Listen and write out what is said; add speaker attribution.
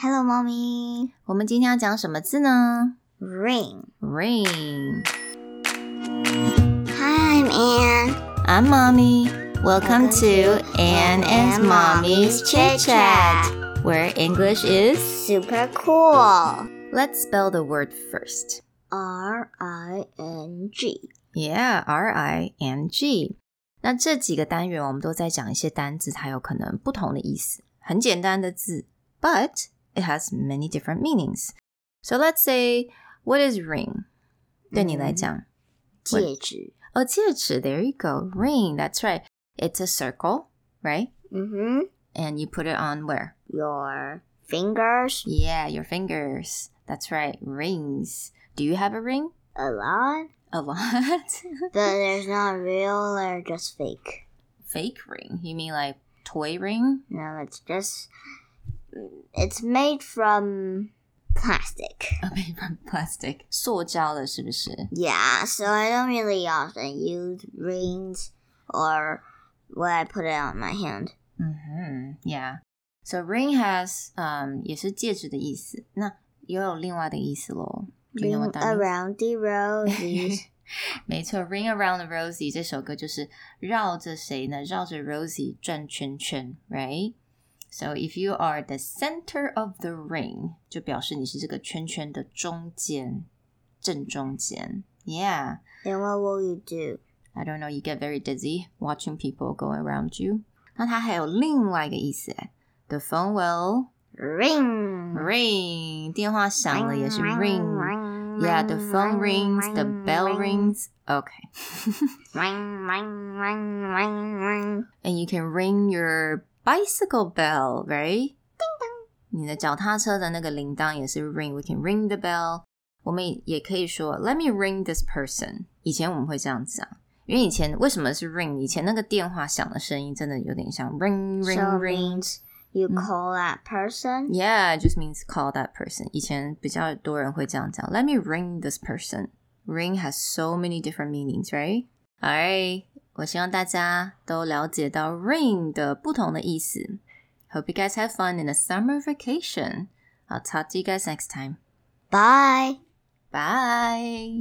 Speaker 1: Hello，猫咪。
Speaker 2: 我们今天要讲什么字呢
Speaker 1: Ring。
Speaker 2: ？Rain。
Speaker 1: Hi, I'm Anne.
Speaker 2: I'm mommy. Welcome to Anne and Mommy's Chit Chat, where English is.
Speaker 1: Super cool.
Speaker 2: Let's spell the word first.
Speaker 1: R I N G.
Speaker 2: Yeah, R I N G。那这几个单元我们都在讲一些单字，它有可能不同的意思。很简单的字，but it has many different meanings. So let's say, what is ring？对你来讲，我
Speaker 1: 戒指。
Speaker 2: 哦，戒指，there you go. Ring, that's right. It's a circle, right?
Speaker 1: 嗯哼。
Speaker 2: And you put it on where?
Speaker 1: Mm-hmm. Your fingers
Speaker 2: Yeah, your fingers. That's right, rings. Do you have a ring?
Speaker 1: a lot,
Speaker 2: A lot?
Speaker 1: but there's not real. They're just fake.
Speaker 2: Fake ring. You mean like toy ring?
Speaker 1: No, it's just. It's made from plastic.
Speaker 2: Made from plastic. 塑胶的，是不是
Speaker 1: Yeah, so I don't really often use rings or what I put it on my hand.
Speaker 2: 嗯哼，Yeah. So ring has 嗯、也是戒指的意思。那也有另外的意思喽。Do you know
Speaker 1: Ring
Speaker 2: what that means?
Speaker 1: around the roses.
Speaker 2: 没错，《Ring Around the Rosie》这首歌就是绕着谁呢？绕着 Rosie 转圈圈，right？So if you are the center of the ring，就表示你是这个圈圈的中间，正中间。Yeah,
Speaker 1: then what will you do?
Speaker 2: I don't know, you get very dizzy watching people go around you。那它还有另外一个意思诶，the phone will
Speaker 1: Ring.
Speaker 2: ring，电话响了也是 ring。
Speaker 1: ring,
Speaker 2: Yeah, the phone
Speaker 1: ring,
Speaker 2: rings, the
Speaker 1: ring,
Speaker 2: bell
Speaker 1: ring,
Speaker 2: rings. Okay.
Speaker 1: Ring, ring, ring, ring, ring.
Speaker 2: and you can ring your bicycle bell, right? 你的脚踏车的那个铃铛也是 ring. We can ring the bell. 我们也可以说 Let me ring this person. 啊以前我们会这样讲，因为以前为什么是 ring？以前那个电话响的声音真的有点像 ring ring
Speaker 1: So
Speaker 2: ring。
Speaker 1: means you call that person.
Speaker 2: Yeah, it just means call that person. 以前比较多人会这样讲 Let me ring this person. Ring has so many different meanings, right? Alright, 我希望大家都了解到 ring 的不同的意思. Hope you guys have fun in the summer vacation. I'll talk to you guys next time.
Speaker 1: Bye.
Speaker 2: Bye!